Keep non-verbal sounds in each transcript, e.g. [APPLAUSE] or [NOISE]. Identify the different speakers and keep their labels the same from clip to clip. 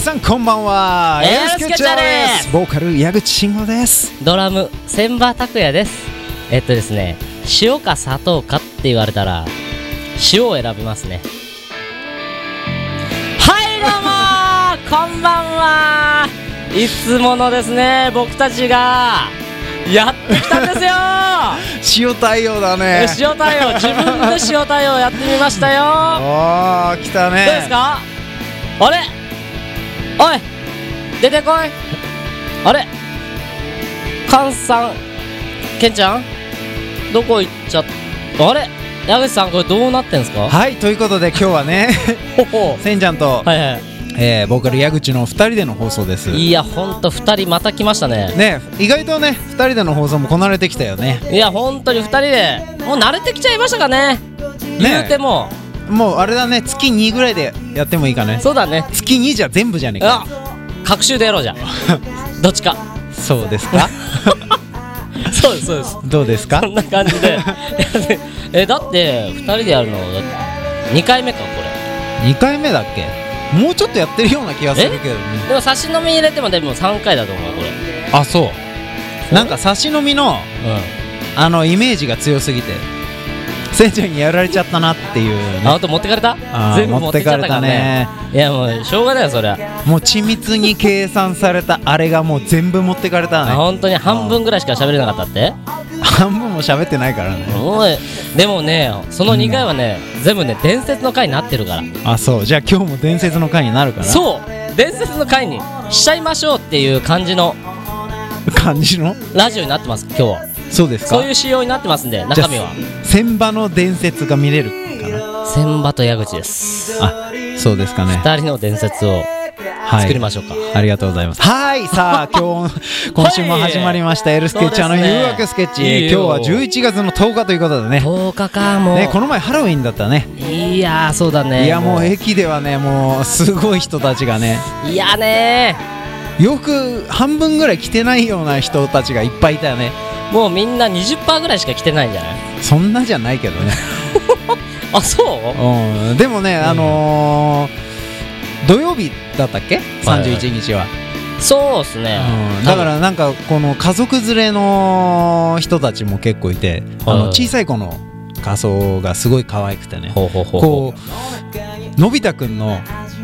Speaker 1: さんこんばんは
Speaker 2: エースケチャです
Speaker 1: ボーカル矢口慎吾です
Speaker 2: ドラム千葉拓也ですえっとですね塩か砂糖かって言われたら塩を選びますねはいどうもこんばんはいつものですね僕たちがやってきたんですよ
Speaker 1: 塩対応だね
Speaker 2: 塩対応自分で塩対応やってみましたよ
Speaker 1: おー来たね
Speaker 2: どうですかあれおい出てこいあれカンさんケンちゃんどこ行っちゃったあれ矢口さんこれどうなってんすか
Speaker 1: はいということで今日は
Speaker 2: [LAUGHS]
Speaker 1: ね
Speaker 2: ほほ
Speaker 1: せんちゃんと、
Speaker 2: はいは
Speaker 1: えーボーカル矢口の二人での放送です
Speaker 2: いいやほんと2人また来ましたね
Speaker 1: ね意外とね二人での放送もこなれてきたよね
Speaker 2: いやほんとに2人でもう慣れてきちゃいましたかね言うても
Speaker 1: もうあれだね月2ぐらいでやってもいいかね
Speaker 2: そうだね
Speaker 1: 月2じゃ全部じゃねえ
Speaker 2: あ
Speaker 1: か
Speaker 2: 隔週でやろう [LAUGHS] じゃんどっちか
Speaker 1: そうですか
Speaker 2: そうですそうです
Speaker 1: どうですか
Speaker 2: こんな感じで [LAUGHS] えだって2人でやるのだって2回目かこ
Speaker 1: 2回目だっけもうちょっとやってるような気がするけど
Speaker 2: れ
Speaker 1: ね
Speaker 2: でも差し飲み入れてもでも3回だと思うこれ
Speaker 1: あそうなんか差し飲みの
Speaker 2: う
Speaker 1: あのイメージが強すぎて船長にやられちゃったなっていう
Speaker 2: んあ
Speaker 1: ね
Speaker 2: 音持ってかれた
Speaker 1: あー
Speaker 2: 全部持ってきちゃったからね
Speaker 1: 持って
Speaker 2: いやもうしょうがないよそりゃ、
Speaker 1: もう緻密に計算されたあれがもう全部持ってかれた
Speaker 2: あ
Speaker 1: ね
Speaker 2: 本当に半分ぐらいしか喋れなかったって
Speaker 1: 半分も喋ってないからね
Speaker 2: おいでもねその2回はね全部ね伝説の回になってるから
Speaker 1: あそうじゃあ今日も伝説の回になるかな
Speaker 2: そう伝説の回にしちゃいましょうっていう感じの
Speaker 1: 感じの
Speaker 2: ラジオになってます今日は
Speaker 1: そうですか
Speaker 2: そういう仕様になってますんで
Speaker 1: じゃ
Speaker 2: 中
Speaker 1: あ
Speaker 2: 身は
Speaker 1: 千場の伝説が見れるかな
Speaker 2: 千葉と矢口です
Speaker 1: あそうですかね
Speaker 2: 二人の伝説を
Speaker 1: はい
Speaker 2: 作りましょうか、
Speaker 1: ありがとうございます。 [LAUGHS] はい、さあ、今日、今週も始まりました、エルスケッチャーの
Speaker 2: そうですね
Speaker 1: 誘惑スケッチ。
Speaker 2: い
Speaker 1: 今
Speaker 2: い
Speaker 1: 日
Speaker 2: よ
Speaker 1: は11月の10日ということでね。
Speaker 2: 10日かもう、
Speaker 1: ね、この前ハロウィンだったね。
Speaker 2: いやーそうだね
Speaker 1: いや、もう駅ではね、もうすごい人たちがね、
Speaker 2: いやね
Speaker 1: 洋服半分ぐらい着てないような人たちがいっぱいいたよね。
Speaker 2: ーもうみんな20%ぐらいしか来てないんじゃない
Speaker 1: そんなじゃないけど [LAUGHS] ね。
Speaker 2: あそう
Speaker 1: うん、でもね、あのー土曜日だったっけ
Speaker 2: はいはい
Speaker 1: ?31 日は、
Speaker 2: そうっすね、
Speaker 1: うんだからなんかこの家族連れの人たちも結構いて、あの
Speaker 2: はい
Speaker 1: 小さい子の仮装がすごい可愛くてね
Speaker 2: ほうほうほうほ
Speaker 1: こうのび太くんの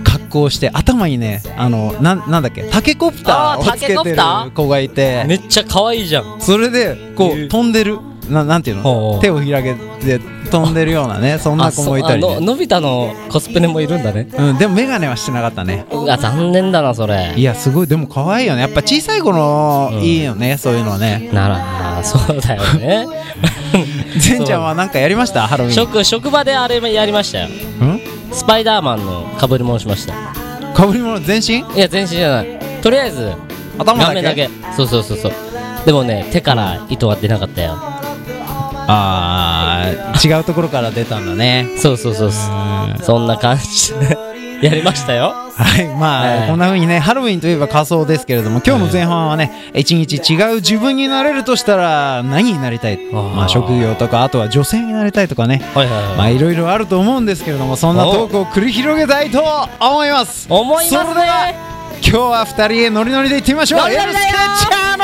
Speaker 1: 格好をして頭にねあのなんなんだっけタケコプターを
Speaker 2: あー
Speaker 1: つけ
Speaker 2: タケコ
Speaker 1: て
Speaker 2: プ
Speaker 1: る
Speaker 2: ター
Speaker 1: 子がいうて
Speaker 2: めっちゃ可愛いじゃん
Speaker 1: それでこ
Speaker 2: え
Speaker 1: う
Speaker 2: ー
Speaker 1: 飛んでるななんていう
Speaker 2: ほうほ
Speaker 1: の
Speaker 2: う
Speaker 1: 手を開けて飛んでるようなねそんな子もいたり
Speaker 2: そうあの
Speaker 1: ね、
Speaker 2: のび太のコスプレもいるんだね
Speaker 1: うん、でも眼鏡はしてなかったね
Speaker 2: うわ残念だなそれ
Speaker 1: いやすごいでも可愛いよねやっぱ小さい子のいいよね、そういうのね
Speaker 2: ならあーそうだよね
Speaker 1: ゼンちゃんはなんかやりましたハロウィン
Speaker 2: 職職場であれもやりましたよ
Speaker 1: うん
Speaker 2: スパイダーマンの被り物しました
Speaker 1: かぶり物全身
Speaker 2: いや全身じゃないとりあえず
Speaker 1: 頭だ
Speaker 2: 画
Speaker 1: け
Speaker 2: 面だけそうそうそうそうでもね手から糸は出なかったよ
Speaker 1: あー違うところから出たんだね
Speaker 2: そうそうそうそうそんな感じで [LAUGHS] やりましたよ
Speaker 1: はいまあ、
Speaker 2: はい
Speaker 1: こんな風にねハロウィンといえば仮装ですけれども今日の前半はね一日違う自分になれるとしたら何になりたいまあ職業とかあとは女性になりたいとかね
Speaker 2: はいはい
Speaker 1: まあいろいろあると思うんですけれどもそんなトークを繰り広げたいと思います
Speaker 2: 思いますね
Speaker 1: それでは今日は二人へノリノリで行ってみましょう
Speaker 2: ノリノ
Speaker 1: エル
Speaker 2: リ
Speaker 1: ス
Speaker 2: だ
Speaker 1: ケ
Speaker 2: よ
Speaker 1: ッチャー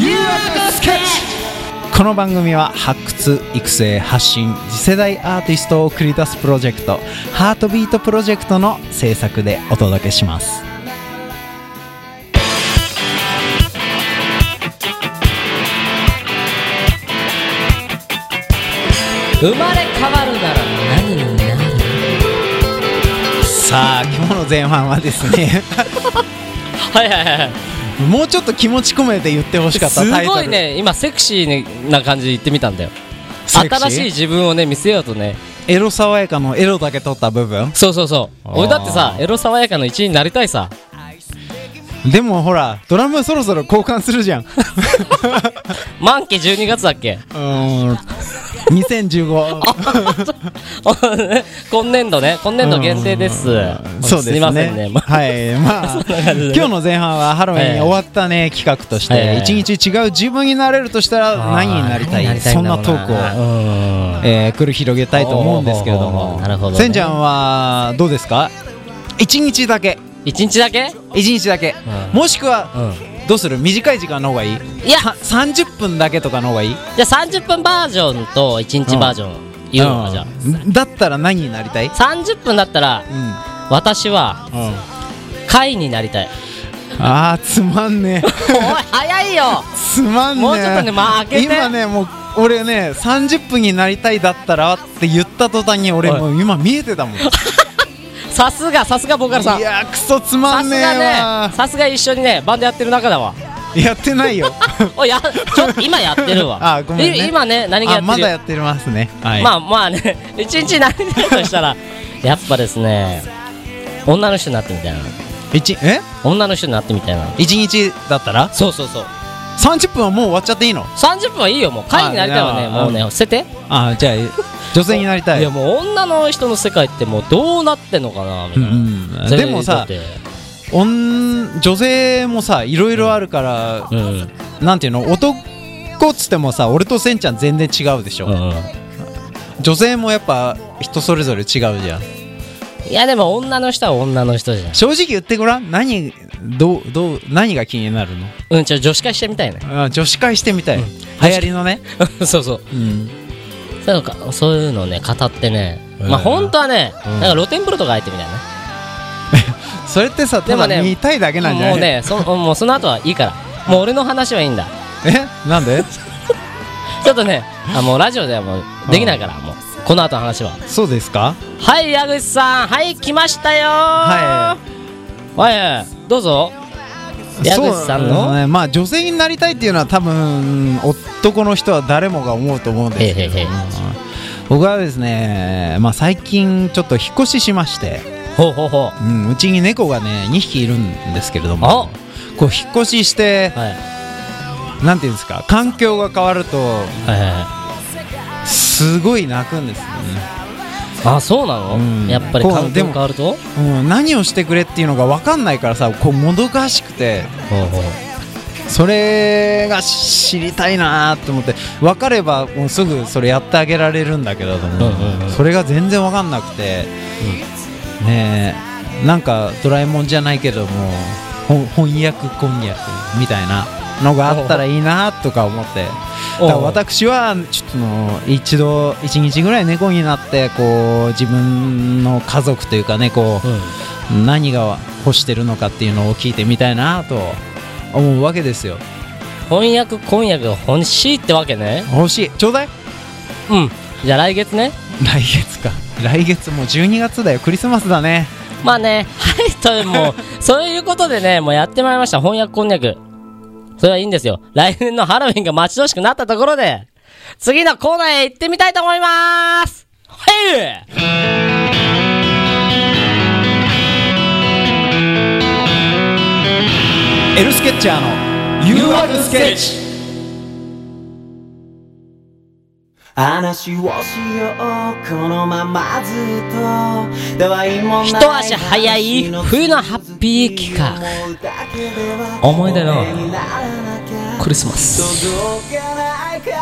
Speaker 1: の誘惑スケッチこの番組は発掘育成発信次世代アーティストを繰り出すプロジェクト「ハートビートプロジェクト」の制作でお届けします
Speaker 2: 生まれ変わるなら何になる
Speaker 1: さあ今日の前半はです
Speaker 2: [LAUGHS]
Speaker 1: ね
Speaker 2: はいはいはいはい
Speaker 1: もうちょっと気持ち込めて言ってほしかった
Speaker 2: す
Speaker 1: タイトル
Speaker 2: ごいね今セクシーな感じで言ってみたんだよ
Speaker 1: セクシー
Speaker 2: 新しい自分をね見せようとね
Speaker 1: エロ爽やかのエロだけ取った部分
Speaker 2: そうそうそう
Speaker 1: あー
Speaker 2: 俺だってさエロ爽やかの一員になりたいさ
Speaker 1: でもほらドラムそろそろ交換する [LAUGHS] じゃんう
Speaker 2: 満期12月だっけ [LAUGHS]
Speaker 1: ーん2015
Speaker 2: 今年度ね今年度限定です
Speaker 1: そうですね。
Speaker 2: すみません [LAUGHS] ね
Speaker 1: はい、まあ。
Speaker 2: な感じで
Speaker 1: 今日の前半はハロウィ
Speaker 2: え
Speaker 1: ン
Speaker 2: え
Speaker 1: 終わったね、企画として、
Speaker 2: ええ
Speaker 1: 一日違う自分になれるとしたら何になりたいそんなトークを、
Speaker 2: を
Speaker 1: えー繰り広げたいと思うんですけれど
Speaker 2: おーおーお
Speaker 1: も
Speaker 2: ーなるほどね
Speaker 1: せんちゃんはどうですか一日だけ
Speaker 2: 一日だけ
Speaker 1: 一日だけ、
Speaker 2: うん
Speaker 1: もしくは、
Speaker 2: うん
Speaker 1: どうする短い時間の方がいい
Speaker 2: いや
Speaker 1: さ30分だけとかの方がいい
Speaker 2: じゃあ30分バージョンと1日バージョン言うのか、じゃ
Speaker 1: うんだったら何になりたい
Speaker 2: あ30分だったら
Speaker 1: うん、うん、
Speaker 2: 私は
Speaker 1: あ
Speaker 2: 貝になりたい
Speaker 1: ーつまんねえ [LAUGHS]
Speaker 2: おい早いよ
Speaker 1: つまんねえ
Speaker 2: もうちょっとねまあ開けて
Speaker 1: 今ねもう俺ね30分になりたいだったらって言った途端に俺
Speaker 2: はい
Speaker 1: もう今見えてたもん
Speaker 2: さすがさすがボーカルさん
Speaker 1: いやークソつま
Speaker 2: さ
Speaker 1: ん
Speaker 2: す
Speaker 1: ねえ
Speaker 2: が
Speaker 1: わ
Speaker 2: ねさすが一緒にねバンドやってる中だわ
Speaker 1: やってないよ
Speaker 2: おいやちょっと今やってる
Speaker 1: [LAUGHS]
Speaker 2: わ
Speaker 1: あごめんね
Speaker 2: い今ね何がや
Speaker 1: あ
Speaker 2: って
Speaker 1: ま
Speaker 2: るよ
Speaker 1: だやってますねはい、
Speaker 2: まあまあね一日何だとし
Speaker 1: [LAUGHS]
Speaker 2: たらやっぱですね女の人になってみたいな
Speaker 1: 一え
Speaker 2: 女の人になってみたいな
Speaker 1: 一日だったら
Speaker 2: そうそうそう
Speaker 1: 30分はもう終わっちゃっていいの
Speaker 2: 30分はいいよもう会になりたいわ
Speaker 1: あ
Speaker 2: ね
Speaker 1: いや
Speaker 2: もうね捨てて
Speaker 1: あーじゃあ女性になりたい
Speaker 2: いやもう女の人の世界ってもうどうなってんのかなみたいな、
Speaker 1: うんうん
Speaker 2: それ
Speaker 1: でも
Speaker 2: だ
Speaker 1: さ
Speaker 2: って
Speaker 1: 女女性もさいろいろあるから、
Speaker 2: うんうん
Speaker 1: なんていうの男っつってもさ俺とせんちゃん全然違うでしょ、
Speaker 2: うん
Speaker 1: 女性もやっぱ人それぞれ違うじゃん
Speaker 2: いやでも女の人は女の人じゃん
Speaker 1: 正直言ってごらん何どうどう何が気になるの
Speaker 2: うんちょ女子会してみたいね [LAUGHS]
Speaker 1: あ女子会してみたい、
Speaker 2: うん
Speaker 1: 流行りのね、
Speaker 2: そうそう
Speaker 1: うん、
Speaker 2: そうかそういうのをね語ってね
Speaker 1: うん
Speaker 2: まあ本当はね、
Speaker 1: うん
Speaker 2: なんか露天風呂とか入ってみたいな
Speaker 1: それってさた
Speaker 2: でも
Speaker 1: だ
Speaker 2: ね
Speaker 1: 見たいだけなんじゃない
Speaker 2: もうねそもうその後はいいからもう俺の話はいいんだ
Speaker 1: えなんで
Speaker 2: ちょっとねあもうラジオではもうできないからもうこの後の話は
Speaker 1: そうですか
Speaker 2: はい矢口さんはい来ましたよ
Speaker 1: は
Speaker 2: はいはいどうぞ矢口さん
Speaker 1: そう
Speaker 2: の
Speaker 1: ねまあ女性になりたいっていうのは多分男の人は誰もが思うと思うんですけど
Speaker 2: へいへいへい
Speaker 1: 僕はですね、まあ、最近ちょっと引っ越ししまして、
Speaker 2: ほうほうほう
Speaker 1: うん、うちに猫がね2匹いるんですけれどもこう引っ越しして
Speaker 2: はい
Speaker 1: なんていうんですか環境が変わると
Speaker 2: はいはいは
Speaker 1: すごい泣くんですよ
Speaker 2: いあそうなの、
Speaker 1: うん
Speaker 2: やっぱり
Speaker 1: こう
Speaker 2: 環境
Speaker 1: で
Speaker 2: 変
Speaker 1: も
Speaker 2: わると
Speaker 1: ね、うん、何をしてくれっていうのが分かんないからさこうもどかしくて
Speaker 2: ほうほう
Speaker 1: それが知りたいなーと思って分かればもうすぐそれやってあげられるんだけれども、
Speaker 2: うんうんうん
Speaker 1: それが全然分かんなくて、ねえなんか「ドラえもん」じゃないけどもほん翻訳こんにゃくみたいなのがあったらいいなとか思って
Speaker 2: おう
Speaker 1: だから私はちょっとの一度一日ぐらい猫になってこう自分の家族というかねこう、
Speaker 2: うん
Speaker 1: 何が欲してるのかっていうのを聞いてみたいなと思うわけですよ
Speaker 2: 翻訳婚約が欲しいってわけね
Speaker 1: 欲しいちょうだい
Speaker 2: うんじゃあ来月ね
Speaker 1: 来月か来月もう12月だよクリスマスだね
Speaker 2: まあね、 [LAUGHS] はい、というもう、そういうことでね、もうやってまいりました。翻訳こんにゃく。それはいいんですよ。来年のハロウィンが待ち遠しくなったところで、次のコーナーへ行ってみたいと思いますはい
Speaker 1: エルスケッチャーの
Speaker 2: You are the sketch
Speaker 3: 話をしようこのままずっとたわいもない
Speaker 2: 一足早い冬のハッピー企画思い出のクリスマス。
Speaker 3: 届かないから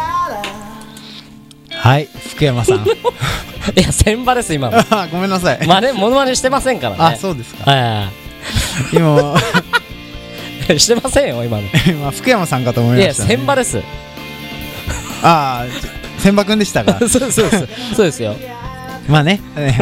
Speaker 1: はい福山
Speaker 2: [LAUGHS]
Speaker 1: さん
Speaker 2: いや、先場です、今の。
Speaker 1: あごめんなさい、
Speaker 2: まね、モノマネしてませんからね。
Speaker 1: あそうですか
Speaker 2: はいはいは
Speaker 1: 今 [LAUGHS]
Speaker 2: い。 [LAUGHS] してませんよ、今の。い
Speaker 1: 今福山さんかと思いま
Speaker 2: や、
Speaker 1: した、ね、
Speaker 2: 先
Speaker 1: [LAUGHS]
Speaker 2: 場です。
Speaker 1: ああ千葉くんでした
Speaker 2: [LAUGHS]
Speaker 1: か
Speaker 2: そうです、そうです。そうですよ。
Speaker 1: まあ
Speaker 2: [LAUGHS]
Speaker 1: ねね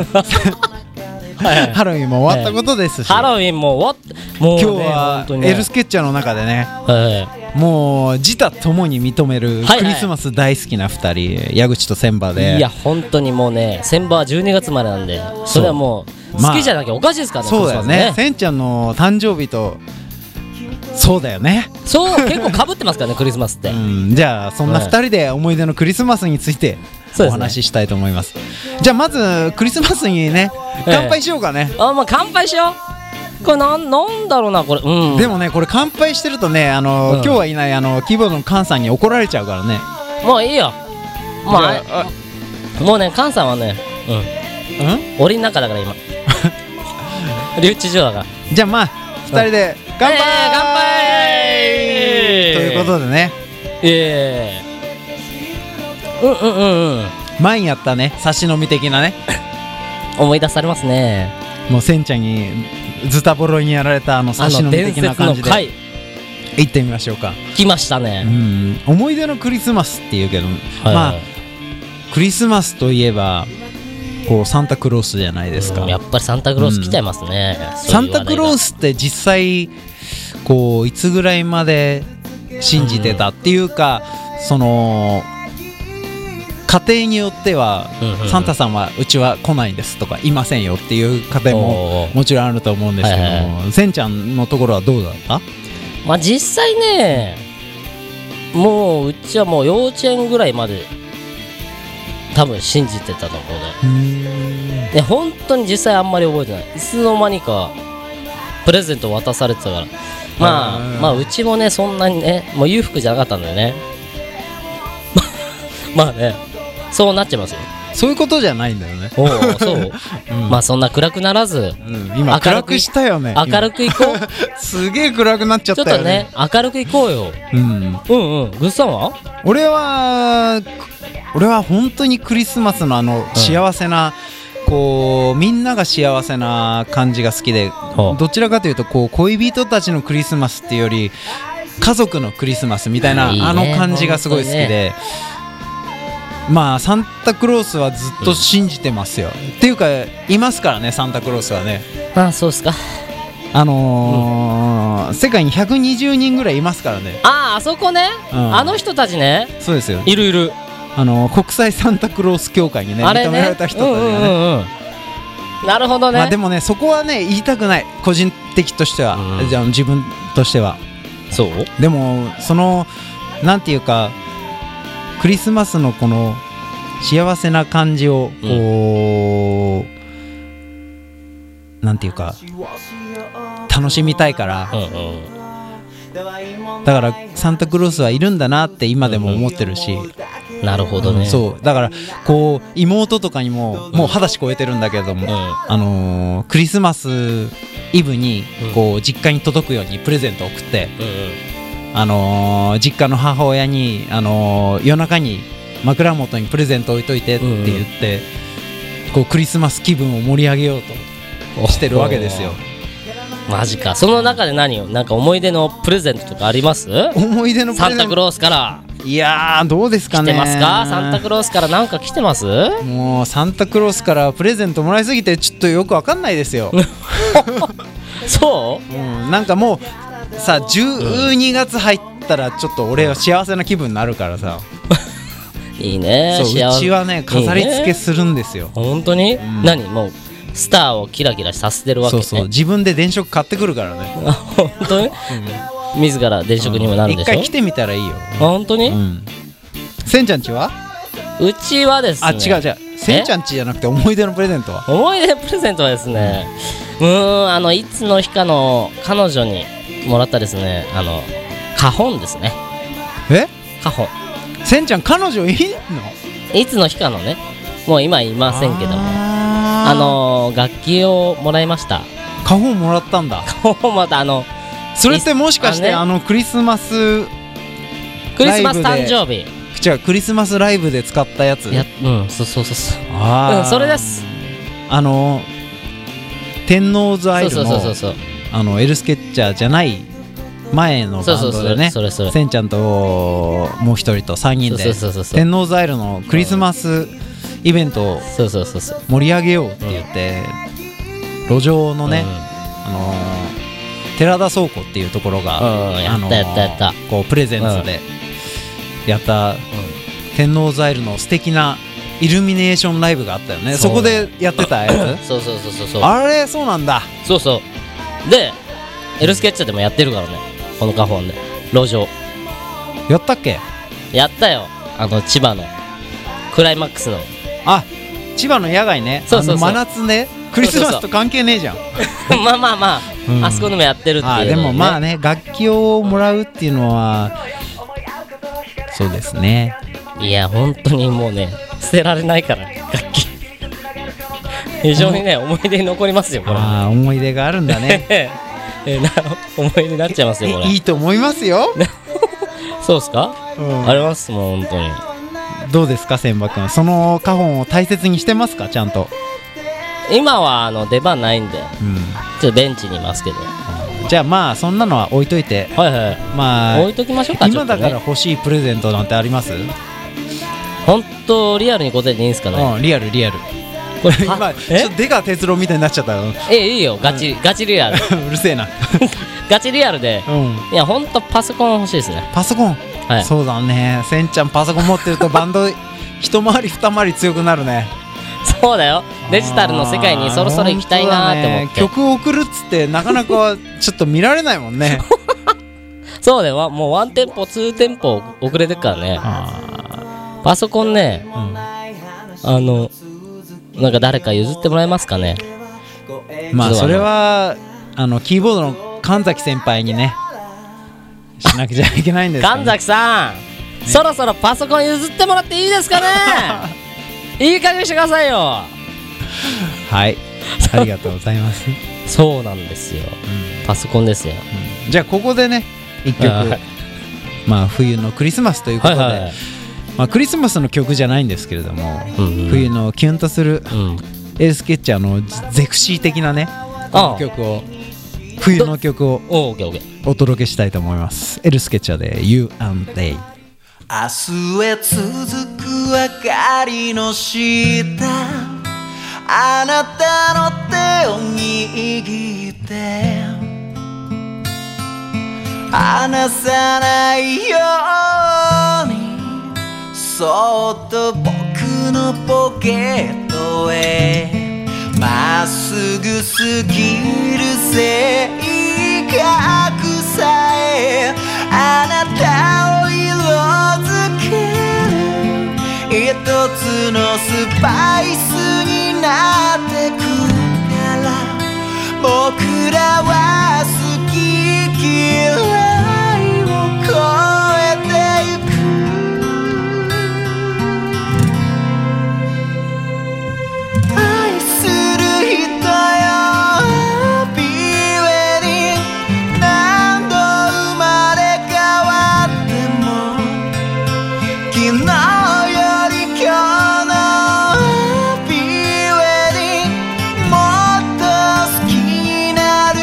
Speaker 2: はいはい
Speaker 1: [LAUGHS] ハロウィンも終わったことですし、
Speaker 2: [LAUGHS] ハロウィンも終わっ、もう、ね、
Speaker 1: 今日は
Speaker 2: 本当にね
Speaker 1: エルスケッチャーの中でね
Speaker 2: はいはい
Speaker 1: もう自他ともに認める
Speaker 2: はいはい
Speaker 1: クリスマス大好きな二人、矢口と千葉で
Speaker 2: いや本当にもうね千葉は12月までなんでそれはもう
Speaker 1: まあ
Speaker 2: 好きじゃなきゃおかしいですからね、
Speaker 1: そうだよね
Speaker 2: クリスマスね
Speaker 1: せんちゃんの誕生日とそうだよね、
Speaker 2: そう結構かぶってま
Speaker 1: [LAUGHS]
Speaker 2: すからねクリスマスって、
Speaker 1: うん、じゃあそんな二人で思い出のクリスマスについて
Speaker 2: そうですね
Speaker 1: お話ししたいと思いますじゃあまずクリスマスにね乾杯しようかね、
Speaker 2: あもう乾杯しようこれなんなんだろうなこれうん
Speaker 1: でもねこれ乾杯してるとねあの、
Speaker 2: うん
Speaker 1: 今日はいないあのキーボードの菅さんに怒られちゃうからね
Speaker 2: もういいよもうあ
Speaker 1: じゃあ
Speaker 2: もうね菅さんはね、
Speaker 1: うん
Speaker 2: うん、檻の中
Speaker 1: [LAUGHS]
Speaker 2: だから今留置所だから
Speaker 1: じゃあまあ二人で乾杯、
Speaker 2: えー
Speaker 1: と
Speaker 2: 乾杯
Speaker 1: いうことでね
Speaker 2: ええうんうんうんうん
Speaker 1: 前にやったね差し飲み的なね
Speaker 2: 思い出されますね
Speaker 1: もうせんちゃんにズタボロにやられたあの
Speaker 2: あ
Speaker 1: 差し飲
Speaker 2: の
Speaker 1: み
Speaker 2: 伝
Speaker 1: 的な
Speaker 2: 説
Speaker 1: 感
Speaker 2: の
Speaker 1: じで
Speaker 2: 回
Speaker 1: 行ってみましょうか、
Speaker 2: 来ました
Speaker 1: う
Speaker 2: ね、
Speaker 1: ん、思い出のクリスマスっていうけど、
Speaker 2: はい
Speaker 1: まあクリスマスといえばこうサンタクロースじゃないですか、
Speaker 2: うんやっぱりサンタクロース来ちゃいますね、
Speaker 1: サンタクロー
Speaker 2: ス
Speaker 1: スって実際こういつぐらいまで信じてたっていうか、その家庭によっては、
Speaker 2: うんうんうん
Speaker 1: サンタさんはうちは来ないんですとかいませんよっていう家庭ももちろんあると思うんですけど
Speaker 2: はいは
Speaker 1: も、せんちゃんのところはどうだった
Speaker 2: まあ実際ねもううちはもう幼稚園ぐらいまで多分信じてたと思うねで本当に実際あんまり覚えてないいつの間にかプレゼント渡されてたからまあ
Speaker 1: うん
Speaker 2: まあうちもねそんなにねもう裕福じゃなかったんだよね [LAUGHS] まあねそうなっちゃいますよ
Speaker 1: そういうことじゃないんだよね、
Speaker 2: おおそう、
Speaker 1: [LAUGHS] うん
Speaker 2: まあそんな暗くならず
Speaker 1: うん今
Speaker 2: 明るく
Speaker 1: 暗くしたよね
Speaker 2: 明るく
Speaker 1: [LAUGHS]
Speaker 2: いこう
Speaker 1: 今すげえ暗くなっちゃっ
Speaker 2: ちょったと
Speaker 1: よ
Speaker 2: ね
Speaker 1: ね
Speaker 2: 明るくいこうよ
Speaker 1: うん
Speaker 2: うんうんグッさんは
Speaker 1: 俺は俺は本当にクリスマスのあの幸せな、こうみんなが幸せな感じが好きで
Speaker 2: はあ
Speaker 1: どちらかというとこう恋人たちのクリスマスっていうより家族のクリスマスみたいない
Speaker 2: いね
Speaker 1: あの感じがすごい好きで、まあサンタクロースはずっと信じてますよ、っていうかいますからねサンタクロースはね
Speaker 2: あそうっすか
Speaker 1: あのー世界に120人ぐらいいますからね
Speaker 2: あああそこね、
Speaker 1: うん
Speaker 2: あの人たちね
Speaker 1: そうですよ
Speaker 2: いるいる、
Speaker 1: あの国際サンタクロース協会にね
Speaker 2: あれ
Speaker 1: 認めら
Speaker 2: ね
Speaker 1: れた人たちがね、
Speaker 2: うんうんうんうんなるほどね、
Speaker 1: まあでもねそこはね言いたくない個人的としては、
Speaker 2: うん
Speaker 1: じゃあ自分としては
Speaker 2: そう
Speaker 1: でもそのなんていうかクリスマスのこの幸せな感じをこう、なんていうか楽しみたいから
Speaker 2: うんうん
Speaker 1: だからサンタクロースはいるんだなって今でも思ってるし、
Speaker 2: なるほどね、
Speaker 1: そうだからこう妹とかにももう二十歳超えてるんだけども、
Speaker 2: うん
Speaker 1: あのークリスマスイブに
Speaker 2: うん
Speaker 1: こう実家に届くようにプレゼントを送って、
Speaker 2: うんうん
Speaker 1: あのー実家の母親に、あのー夜中に枕元にプレゼント置いといてって言って、こうクリスマス気分を盛り上げようとしてるわけ
Speaker 2: [LAUGHS]
Speaker 1: ですよ。
Speaker 2: マジかその中で何をなんか思い出のプレゼントとかあります
Speaker 1: 思い出のプ
Speaker 2: サ
Speaker 1: レ
Speaker 2: ン
Speaker 1: ゼ
Speaker 2: タ
Speaker 1: ン
Speaker 2: ク
Speaker 1: ト
Speaker 2: ロースから
Speaker 1: いやーどうですか
Speaker 2: 来
Speaker 1: ね
Speaker 2: てますかサンタクロースからなんか来てます
Speaker 1: もうサンタクロースからプレゼントもらいすぎてちょっとよくわかんないですよ。
Speaker 2: そう
Speaker 1: うん、なんかもうさ12月入ったらちょっと俺は幸せな気分になるからさ、
Speaker 2: いいね
Speaker 1: そう
Speaker 2: 幸
Speaker 1: う
Speaker 2: せ
Speaker 1: ちはね飾り付
Speaker 2: いい
Speaker 1: け
Speaker 2: ね
Speaker 1: するんですよ、
Speaker 2: 本当に、
Speaker 1: ん
Speaker 2: 何もうスターをキラキラさせてるわけ
Speaker 1: そ
Speaker 2: ね
Speaker 1: うそう自分で電飾買ってくるからね
Speaker 2: あ [LAUGHS] 本当に、自ら電飾にもなるんで
Speaker 1: 一
Speaker 2: しょ、
Speaker 1: 回来てみたらいいよ、
Speaker 2: あ本当に、
Speaker 1: う、
Speaker 2: うん
Speaker 1: せんちゃんちは
Speaker 2: ちはですね
Speaker 1: あ違う違うせんちゃんちじゃなくて思い出のプレゼントは
Speaker 2: 思い出プレゼントはですねうーんあのいつの日かの彼女にもらったですねあの花本ですね
Speaker 1: え
Speaker 2: 花本
Speaker 1: せんちゃん彼女いんの
Speaker 2: いつの日かのねもう今いませんけども
Speaker 1: あ
Speaker 2: あのー楽器をもらいました
Speaker 1: ー花本もらったんだ
Speaker 2: 花本またあの
Speaker 1: それってもしかして
Speaker 2: あ
Speaker 1: あ
Speaker 2: ね
Speaker 1: のクリスマス
Speaker 2: クリスマス
Speaker 1: ライ
Speaker 2: 誕
Speaker 1: ブで
Speaker 2: 生日
Speaker 1: 違うクリスマスライブで使ったやつ
Speaker 2: やうんそうそうそうそう
Speaker 1: あー
Speaker 2: うんそれです
Speaker 1: あの天王洲アイド
Speaker 2: そう
Speaker 1: ル
Speaker 2: そう
Speaker 1: の
Speaker 2: そうそう
Speaker 1: あのエルスケッチャーじゃない前の
Speaker 2: そう
Speaker 1: バ
Speaker 2: そう
Speaker 1: ン
Speaker 2: そ
Speaker 1: ドで
Speaker 2: う
Speaker 1: ね
Speaker 2: それそれ
Speaker 1: せんちゃんともう一人と3人
Speaker 2: そう
Speaker 1: で
Speaker 2: そうそうそう
Speaker 1: 天王洲アイドルのクリスマスイベントを
Speaker 2: そうそうそうそう
Speaker 1: 盛り上げようって言って路上のね、あのー寺田倉庫っていうところが、
Speaker 2: うんやった
Speaker 1: あのー
Speaker 2: やったやった
Speaker 1: こうプレゼンツでやった天王洲アイドルの素敵なイルミネーションライブがあったよね
Speaker 2: そ
Speaker 1: そ
Speaker 2: う
Speaker 1: こでやってたやつ
Speaker 2: うんそうそうそうそうそう
Speaker 1: あれそうなんだ
Speaker 2: そうそうでエルスケッチャーでもやってるからねこの花本で路上
Speaker 1: やったっけ
Speaker 2: やったよあの千葉のクライマッ
Speaker 1: [LAUGHS]
Speaker 2: クスの
Speaker 1: あ千葉の野外ね
Speaker 2: そうそうそう
Speaker 1: あの真夏ねクリスマスと関係ねえじゃん
Speaker 2: まあまあまあ、
Speaker 1: うん
Speaker 2: あそこでもやってるっていうの
Speaker 1: あ
Speaker 2: ね、
Speaker 1: でもまあね楽器をもらうっていうのはそうですね
Speaker 2: いや本当にもうね捨てられないから楽器非常にね思い出に残りますよこれ
Speaker 1: ああ思い出があるんだね
Speaker 2: [LAUGHS] ええな思い出になっちゃいますよこれ
Speaker 1: いいいと思いますよ、
Speaker 2: そうっすか、
Speaker 1: うん
Speaker 2: ありますもん本当に
Speaker 1: どうですか千葉君その花本を大切にしてますかちゃんと
Speaker 2: 今はあの出番ないんで
Speaker 1: うん
Speaker 2: ちょっとベンチにいますけどは
Speaker 1: じゃあまあそんなのは置いといて
Speaker 2: いはい
Speaker 1: まあ
Speaker 2: 置いときましょうか
Speaker 1: 今だから
Speaker 2: ちょっとね
Speaker 1: 欲しいプレゼントなんてあります、
Speaker 2: 本当リアルに答えていいんですかね
Speaker 1: うんリアルリアル
Speaker 2: これ
Speaker 1: 今
Speaker 2: は
Speaker 1: ち
Speaker 2: え
Speaker 1: ょっと出川哲郎みたいになっちゃった [LAUGHS] よ
Speaker 2: えいいよガチガチリアル
Speaker 1: うるせえな
Speaker 2: ガチリアルで
Speaker 1: うん
Speaker 2: いや本当パソコン欲しいですね
Speaker 1: パソコン、
Speaker 2: はい
Speaker 1: そうだねせんちゃんパソコン持ってるとバンド一回り二回り強くなるね
Speaker 2: そうだよ [LAUGHS] デジタルの世界にそろそろ行きたいなーって思っ
Speaker 1: 本
Speaker 2: て、
Speaker 1: 当だね曲を送るっつってなかなかちょっと見られないもん
Speaker 2: [LAUGHS]
Speaker 1: ね
Speaker 2: そうだよもうワンテンポツーテンポ遅れてっからね
Speaker 1: あ
Speaker 2: パソコンね
Speaker 1: ー、
Speaker 2: あのなんか誰か譲ってもらえますかね
Speaker 1: うん、まあ
Speaker 2: 実はね
Speaker 1: それはあのキーボードの神崎先輩に
Speaker 2: [LAUGHS]
Speaker 1: ねしなくちゃいけないんですよね
Speaker 2: 神崎さん、そろそろパソコン譲ってもらっていいです [LAUGHS] かねいい加減にしてくださいよ
Speaker 1: はいありがとうございます、
Speaker 2: そうなんですよ
Speaker 1: うん
Speaker 2: パソコンですよ
Speaker 1: じゃあここでね一曲、
Speaker 2: はい
Speaker 1: まあ冬のクリスマスということで、
Speaker 2: はいはい
Speaker 1: まあ、クリスマスの曲じゃないんですけれども、
Speaker 2: うんうん
Speaker 1: 冬のキュンとする
Speaker 2: うん
Speaker 1: エースケッチャーのゼクシー的なね
Speaker 2: ああ
Speaker 1: 曲を冬の曲を
Speaker 2: おーオッケーオッケー
Speaker 1: お届けしたいと思いますエルスケッチャーで「You and They
Speaker 3: 明日へ続く明かりの下あなたの手を握って離さないようにそっと僕のポケットへまっすぐすぎる性格さえあなたを色づける一つのスパイスになってくから僕らは好き嫌いを超えてゆく愛する人よ Happy Wedding 何度生まれ変わっても昨日より今日のハッピーウェディングもっと好きになる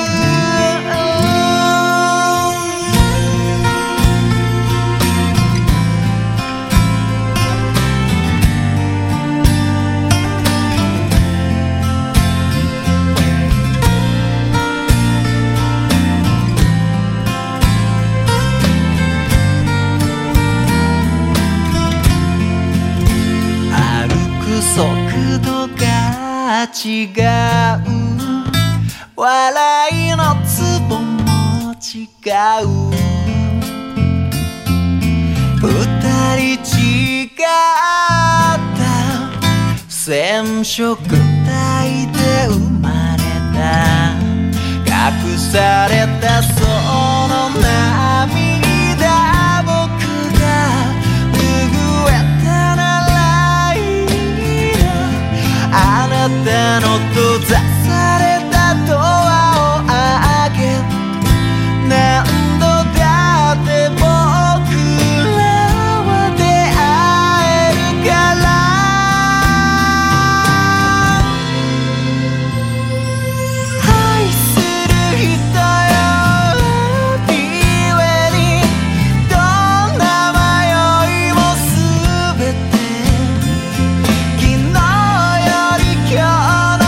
Speaker 3: 歩く速度が違う笑いのツボも違う二人違った染色体で生まれた隠されたその涙僕が拭えたならいいなあなたの閉ざされたドアを開けて何度だって僕らは出会えるから愛する人よ Happy Wedding どんな迷いも全て昨日より今日の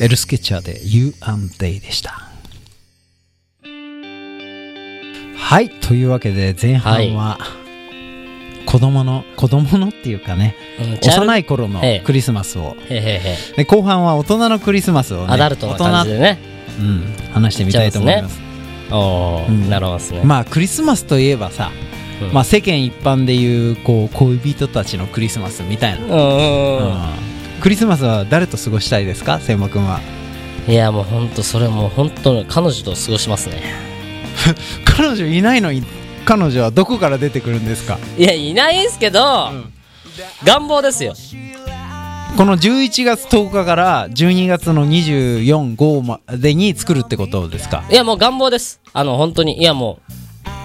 Speaker 1: エルスケッチャーで You and They でした。はい、というわけで前半は、子供の、子供のっていうかね、
Speaker 2: うん
Speaker 1: 幼
Speaker 2: い。
Speaker 1: い頃の
Speaker 2: ええ
Speaker 1: クリスマスを、
Speaker 2: へへへ。
Speaker 1: で後半は大人のクリスマスを、ね、
Speaker 2: アダルトな感じでね。
Speaker 1: 大人、うん、話してみたいと思います。
Speaker 2: おお、
Speaker 1: うん
Speaker 2: なるほどですね。
Speaker 1: まあクリスマスといえばさ、
Speaker 2: うん
Speaker 1: まあ、世間一般でいうこう恋人たちのクリスマスみたいな、
Speaker 2: うん
Speaker 1: うんクリスマスは誰と過ごしたいですか千葉君は
Speaker 2: うん。いや、もう本当それもう本当彼女と過ごしますね。
Speaker 1: 彼女いないのに彼女はどこから出てくるんですか、
Speaker 2: いや、いないんすけど、願望ですよ。
Speaker 1: この11月10日から12月の24号までに作るってことですか
Speaker 2: いや、もう願望です。あの、本当に。いや、も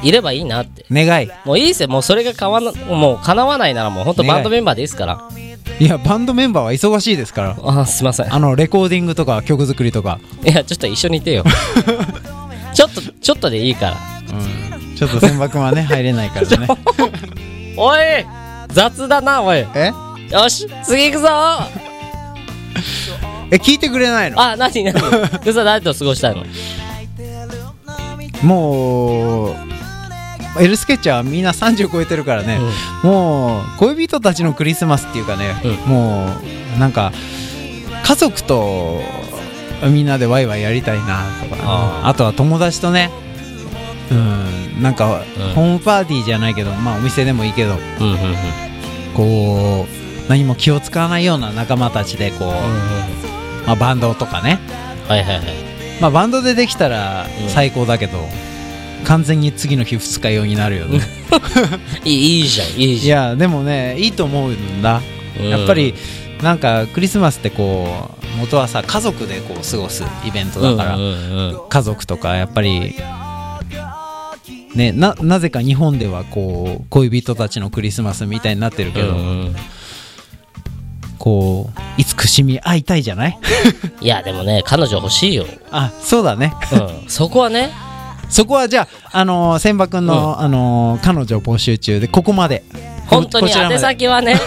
Speaker 2: う、いればいいなって。
Speaker 1: 願い
Speaker 2: もういいっすよ。もうそれがかわな、もう叶わないならもう本当
Speaker 1: 願い
Speaker 2: バンドメンバーでいいっすから。
Speaker 1: いやバンドメンバーは忙しいですから
Speaker 2: あ、すいません。
Speaker 1: あのレコーディングとか曲作りとか、
Speaker 2: いや、ちょっと一緒にい
Speaker 1: [LAUGHS]
Speaker 2: てよ。ちょっと、ちょっとでいいから。
Speaker 1: うん、ちょっと千葉君はね入れないから [LAUGHS] ね
Speaker 2: おい雑だな、おい。
Speaker 1: え
Speaker 2: よし、次行くぞあ、
Speaker 1: え聞いてくれないの
Speaker 2: なになに
Speaker 1: [LAUGHS]
Speaker 2: 嘘、誰と過ごしたいの
Speaker 1: もうエルスケッチャーはみんな30超えてるからね、もう恋人たちのクリスマスっていうかね、
Speaker 2: うん
Speaker 1: もうなんか家族とみんなでワイワイやりたいなとか
Speaker 2: あ
Speaker 1: あとは友達とねうんなんか
Speaker 2: うん
Speaker 1: ホームパーティーじゃないけど、まあお店でもいいけど
Speaker 2: うん、うん、うん。
Speaker 1: こう何も気を使わないような仲間たちでこう、まあ、バンドとかね、
Speaker 2: はいはいはい。
Speaker 1: まあ、バンドでできたら最高だけど、完全に次の日二日酔いになるよね
Speaker 2: いいいいじゃん、いい
Speaker 1: い
Speaker 2: じゃん。
Speaker 1: やでもねいいと思うんだ、
Speaker 2: うん
Speaker 1: やっぱりなんかクリスマスってこう元はさ家族でこう過ごすイベントだから、
Speaker 2: うんうんうん
Speaker 1: 家族とかやっぱりねななぜか日本ではこう恋人たちのクリスマスみたいになってるけど、
Speaker 2: うんうん
Speaker 1: こう慈しみ合いたいじゃない [LAUGHS]
Speaker 2: いや、でもね、彼女欲しいよ。
Speaker 1: あそうだね
Speaker 2: うん、そこはね、
Speaker 1: そこはじゃあ、あのー、千葉君の、あのー彼女募集中でここまで
Speaker 2: 本当に
Speaker 1: こちらまで
Speaker 2: 宛先は
Speaker 1: [LAUGHS]
Speaker 2: ね、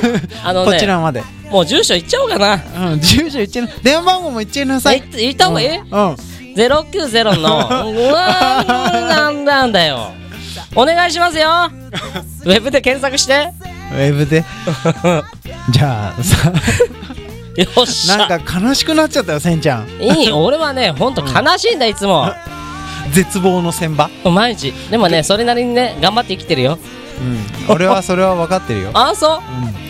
Speaker 2: あの
Speaker 1: こち
Speaker 2: ね、
Speaker 1: らまで、
Speaker 2: もう住所言っちゃおうかな。
Speaker 1: うん、住所言っちゃいな電話番号も言っちゃいなさ
Speaker 2: え
Speaker 1: い
Speaker 2: 言った方がいい
Speaker 1: うん
Speaker 2: 090のうわーなんだんだよお願い
Speaker 1: [LAUGHS]
Speaker 2: しますよウェブで検索して
Speaker 1: ウェブで [LAUGHS] じゃあ
Speaker 2: [LAUGHS]
Speaker 1: さ
Speaker 2: よっしゃ
Speaker 1: なんか悲しくなっちゃったよせんちゃん
Speaker 2: いい俺はねほんと悲しいんだいつも
Speaker 1: 絶望の千場
Speaker 2: 毎日でもねそれなりにね頑張って生きてるよ
Speaker 1: うん俺はそれは分かってるよ、
Speaker 2: ああそう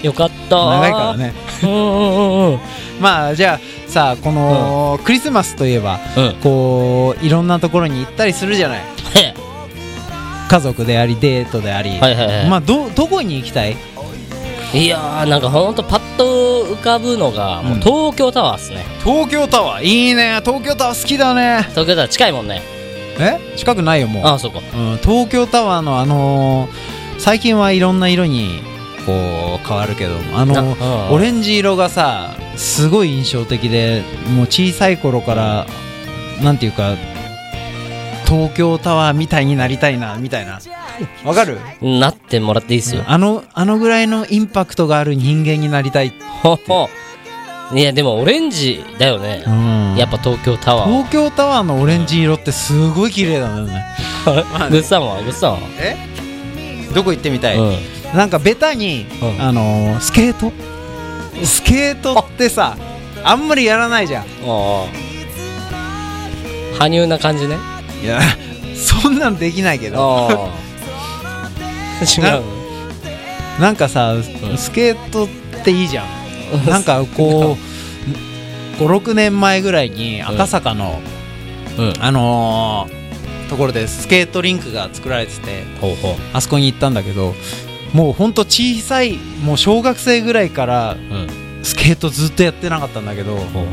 Speaker 1: うん、
Speaker 2: よかった
Speaker 1: 長いからね
Speaker 2: うんうんうんうん
Speaker 1: まあじゃあさあこの、クリスマスといえば
Speaker 2: うん
Speaker 1: こういろんなところに行ったりするじゃない
Speaker 2: へ
Speaker 1: 家族でありデートであり、
Speaker 2: はいはいはい
Speaker 1: まあどどこに行きたい
Speaker 2: いやーなんかほんとパッと浮かぶのがもう東京タワーっすね
Speaker 1: 東京タワーいいね東京タワー好きだね
Speaker 2: 東京タワー近いもんね
Speaker 1: え近くないよもう
Speaker 2: ああそこ
Speaker 1: うん、東京タワーのあのー最近はいろんな色にこう変わるけどあのー
Speaker 2: あうん
Speaker 1: オレンジ色がさすごい印象的でもう小さい頃から、なんていうか東京タワーみたいになりたいなみたいなわかる
Speaker 2: なってもらっていいっすよ
Speaker 1: あのあのぐらいのインパクトがある人間になりたい、
Speaker 2: ほほいやでもオレンジだよね
Speaker 1: う、ん、
Speaker 2: やっぱ東京タワー
Speaker 1: 東京タワーのオレンジ色ってすごい綺麗だよね
Speaker 2: グッサンはグッサンは、
Speaker 1: えどこ行ってみたい、
Speaker 2: うん
Speaker 1: なんかベタに、
Speaker 2: うん
Speaker 1: あのースケートスケートってさあんまりやらないじゃん
Speaker 2: ああ羽生な感じね
Speaker 1: いやそんなんできないけど [LAUGHS]
Speaker 2: ああ違う
Speaker 1: なんかさ
Speaker 2: ん
Speaker 1: スケートっていいじゃんなんかこう56年前ぐらいに赤坂の、
Speaker 2: うん
Speaker 1: あのーところでスケートリンクが作られてて
Speaker 2: ほうほう
Speaker 1: あそこに行ったんだけどもうほんと小さいもう小学生ぐらいから
Speaker 2: うん
Speaker 1: スケートずっとやってなかったんだけど
Speaker 2: ほうほうほ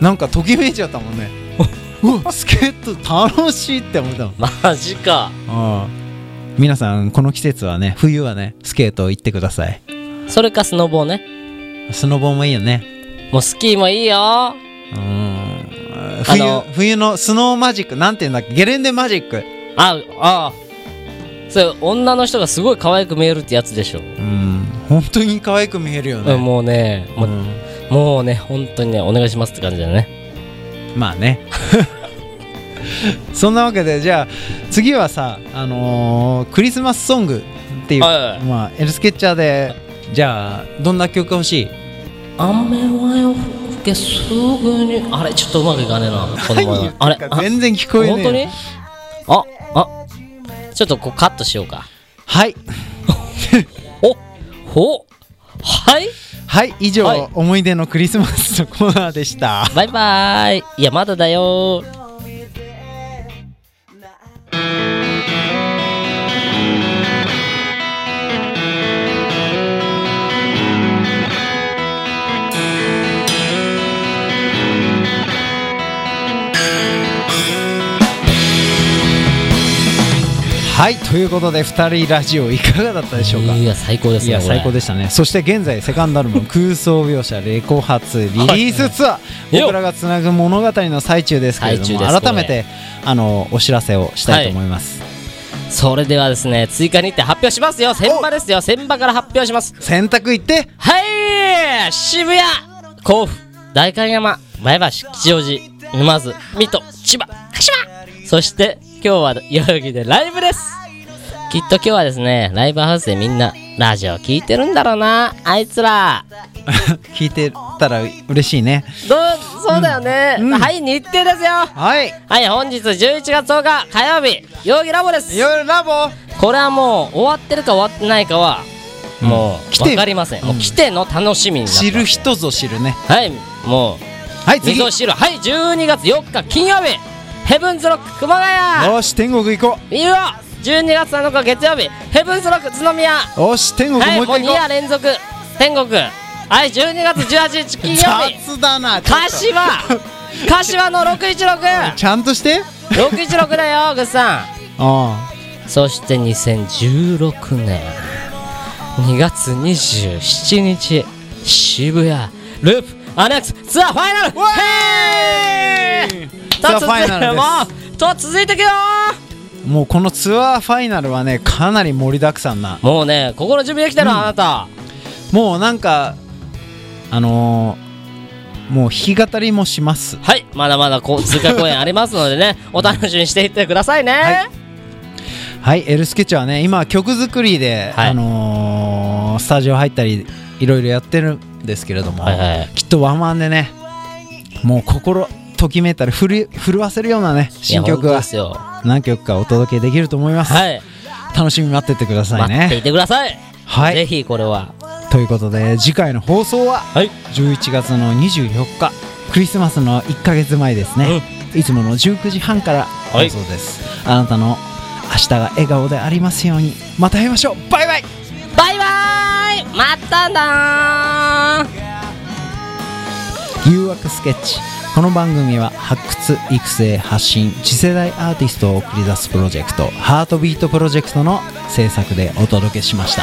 Speaker 2: う
Speaker 1: なんかときめいちゃったもんね [LAUGHS] うわスケート楽しいって思ったもん
Speaker 2: マジか
Speaker 1: うん皆さんこの季節はね冬はねスケート行ってください
Speaker 2: それかスノボね
Speaker 1: スノボもいいよね
Speaker 2: もうスキーもいいよ
Speaker 1: うん
Speaker 2: あ
Speaker 1: 冬
Speaker 2: の
Speaker 1: 冬のスノーマジックなんていうんだっけゲレンデマジック
Speaker 2: ああそれ女の人がすごい可愛く見えるってやつでしょ、
Speaker 1: うん本当に可愛く見えるよね、
Speaker 2: もうねもう,、
Speaker 1: うん
Speaker 2: もうね本当にねお願いしますって感じだね
Speaker 1: まあね [LAUGHS] そんなわけでじゃあ次はさ、あのークリスマスソングっていう、
Speaker 2: はいはいはい
Speaker 1: まあ、エルスケッチャーでじゃあどんな曲欲しい
Speaker 2: 雨は夜更けすぐにあれちょっとうまくいかねえなこの前
Speaker 1: 何言ってん
Speaker 2: あれ
Speaker 1: か
Speaker 2: あ
Speaker 1: 全然聞こえねえ
Speaker 2: 本当にああちょっとこうカットしようか
Speaker 1: はい
Speaker 2: おほはい
Speaker 1: はい以上、
Speaker 2: はい
Speaker 1: 思い出のクリスマスのコーナーでした
Speaker 2: バイバーイいやまだだよー
Speaker 1: はいということで2人ラジオいかがだったでしょうか
Speaker 2: いや最高です
Speaker 1: い
Speaker 2: ね
Speaker 1: や
Speaker 2: これ
Speaker 1: 最高でしたねそして現在セカンドアルバム「空想描写レコ発」リリースツアー
Speaker 2: い
Speaker 1: 僕らがつなぐ物語の最中ですけれど
Speaker 2: 最
Speaker 1: も
Speaker 2: 中です
Speaker 1: 改めてあのお知らせをしたいと思います、
Speaker 2: それではですね追加日程発表しますよ千場ですよ千場から発表します
Speaker 1: 選択行って [LAUGHS]
Speaker 2: はい渋谷甲府代官山前橋吉祥寺沼津水戸千葉鹿島そして今日は代々木でライブですきっと今日はですねライブハウスでみんなラジオ聞いてるんだろうなあいつら
Speaker 1: 聞いてたら嬉しいね
Speaker 2: どうそうだよね、
Speaker 1: うんうん
Speaker 2: はい日程ですよ
Speaker 1: はい
Speaker 2: はい本日11月10日火曜日代々木ラボです
Speaker 1: 夜ラボ
Speaker 2: これはもう終わってるか終わってないかはも
Speaker 1: 来
Speaker 2: う
Speaker 1: て
Speaker 2: 分かりません、もう来ての楽しみになってます
Speaker 1: 知る人ぞ知るね
Speaker 2: はいもう
Speaker 1: はい
Speaker 2: 水
Speaker 1: 次
Speaker 2: を
Speaker 1: よ
Speaker 2: 知るはい12月4日金曜日ヘブンズロック熊谷
Speaker 1: ーし天国行こ
Speaker 2: 見よ12月7日月曜日ヘブンズロック宇都宮
Speaker 1: うよし天国
Speaker 2: はい
Speaker 1: もう一
Speaker 2: もう
Speaker 1: 回
Speaker 2: 2
Speaker 1: 行こ
Speaker 2: 夜連続天国はい12月18日
Speaker 1: [LAUGHS]
Speaker 2: 金
Speaker 1: う
Speaker 2: 曜日
Speaker 1: 雑だなちょっと
Speaker 2: 柏柏の616
Speaker 1: ちゃんとして
Speaker 2: 616だよグッさん
Speaker 1: あ
Speaker 2: そして2016年2月27日渋谷ループアネックスツアーファイナル
Speaker 1: わ
Speaker 2: へー
Speaker 1: ツアーファイナルです
Speaker 2: もうと続いてくよ
Speaker 1: あもうこのツアーファイナルはねかなり盛りだくさんな
Speaker 2: もうね心準備できてる、あなた
Speaker 1: もうなんかあのー、もう弾き語りもします
Speaker 2: はいまだまだこう追加公演ありますのでねお楽しみにしていってくださいね、
Speaker 1: はいはいエルスケッチはね今曲作りで、
Speaker 2: はい
Speaker 1: あのースタジオ入ったりいろいろやってるんですけれども、
Speaker 2: はいはい
Speaker 1: きっとワンマンでねもう心ときめいたり震え震わせるようなね
Speaker 2: いや
Speaker 1: 新曲
Speaker 2: 本当
Speaker 1: が
Speaker 2: ですよ
Speaker 1: 何曲かお届けできると思います、
Speaker 2: はい、
Speaker 1: 楽しみに待っててください
Speaker 2: 待ってい
Speaker 1: ね
Speaker 2: てください、
Speaker 1: は
Speaker 2: ぜ
Speaker 1: い
Speaker 2: ひこれは
Speaker 1: ということで次回の放送は
Speaker 2: はい
Speaker 1: 11月の24日クリスマスの1ヶ月前ですね、いつもの19時半から放
Speaker 2: い
Speaker 1: 送です、あなたの明日が笑顔でありますようにまた会いましょうバイバイ
Speaker 2: バイバーイまたなー
Speaker 1: 誘惑スケッチこの番組は発掘育成発信次世代アーティストを送り出すプロジェクト「ハートビートプロジェクトの制作でお届けしました。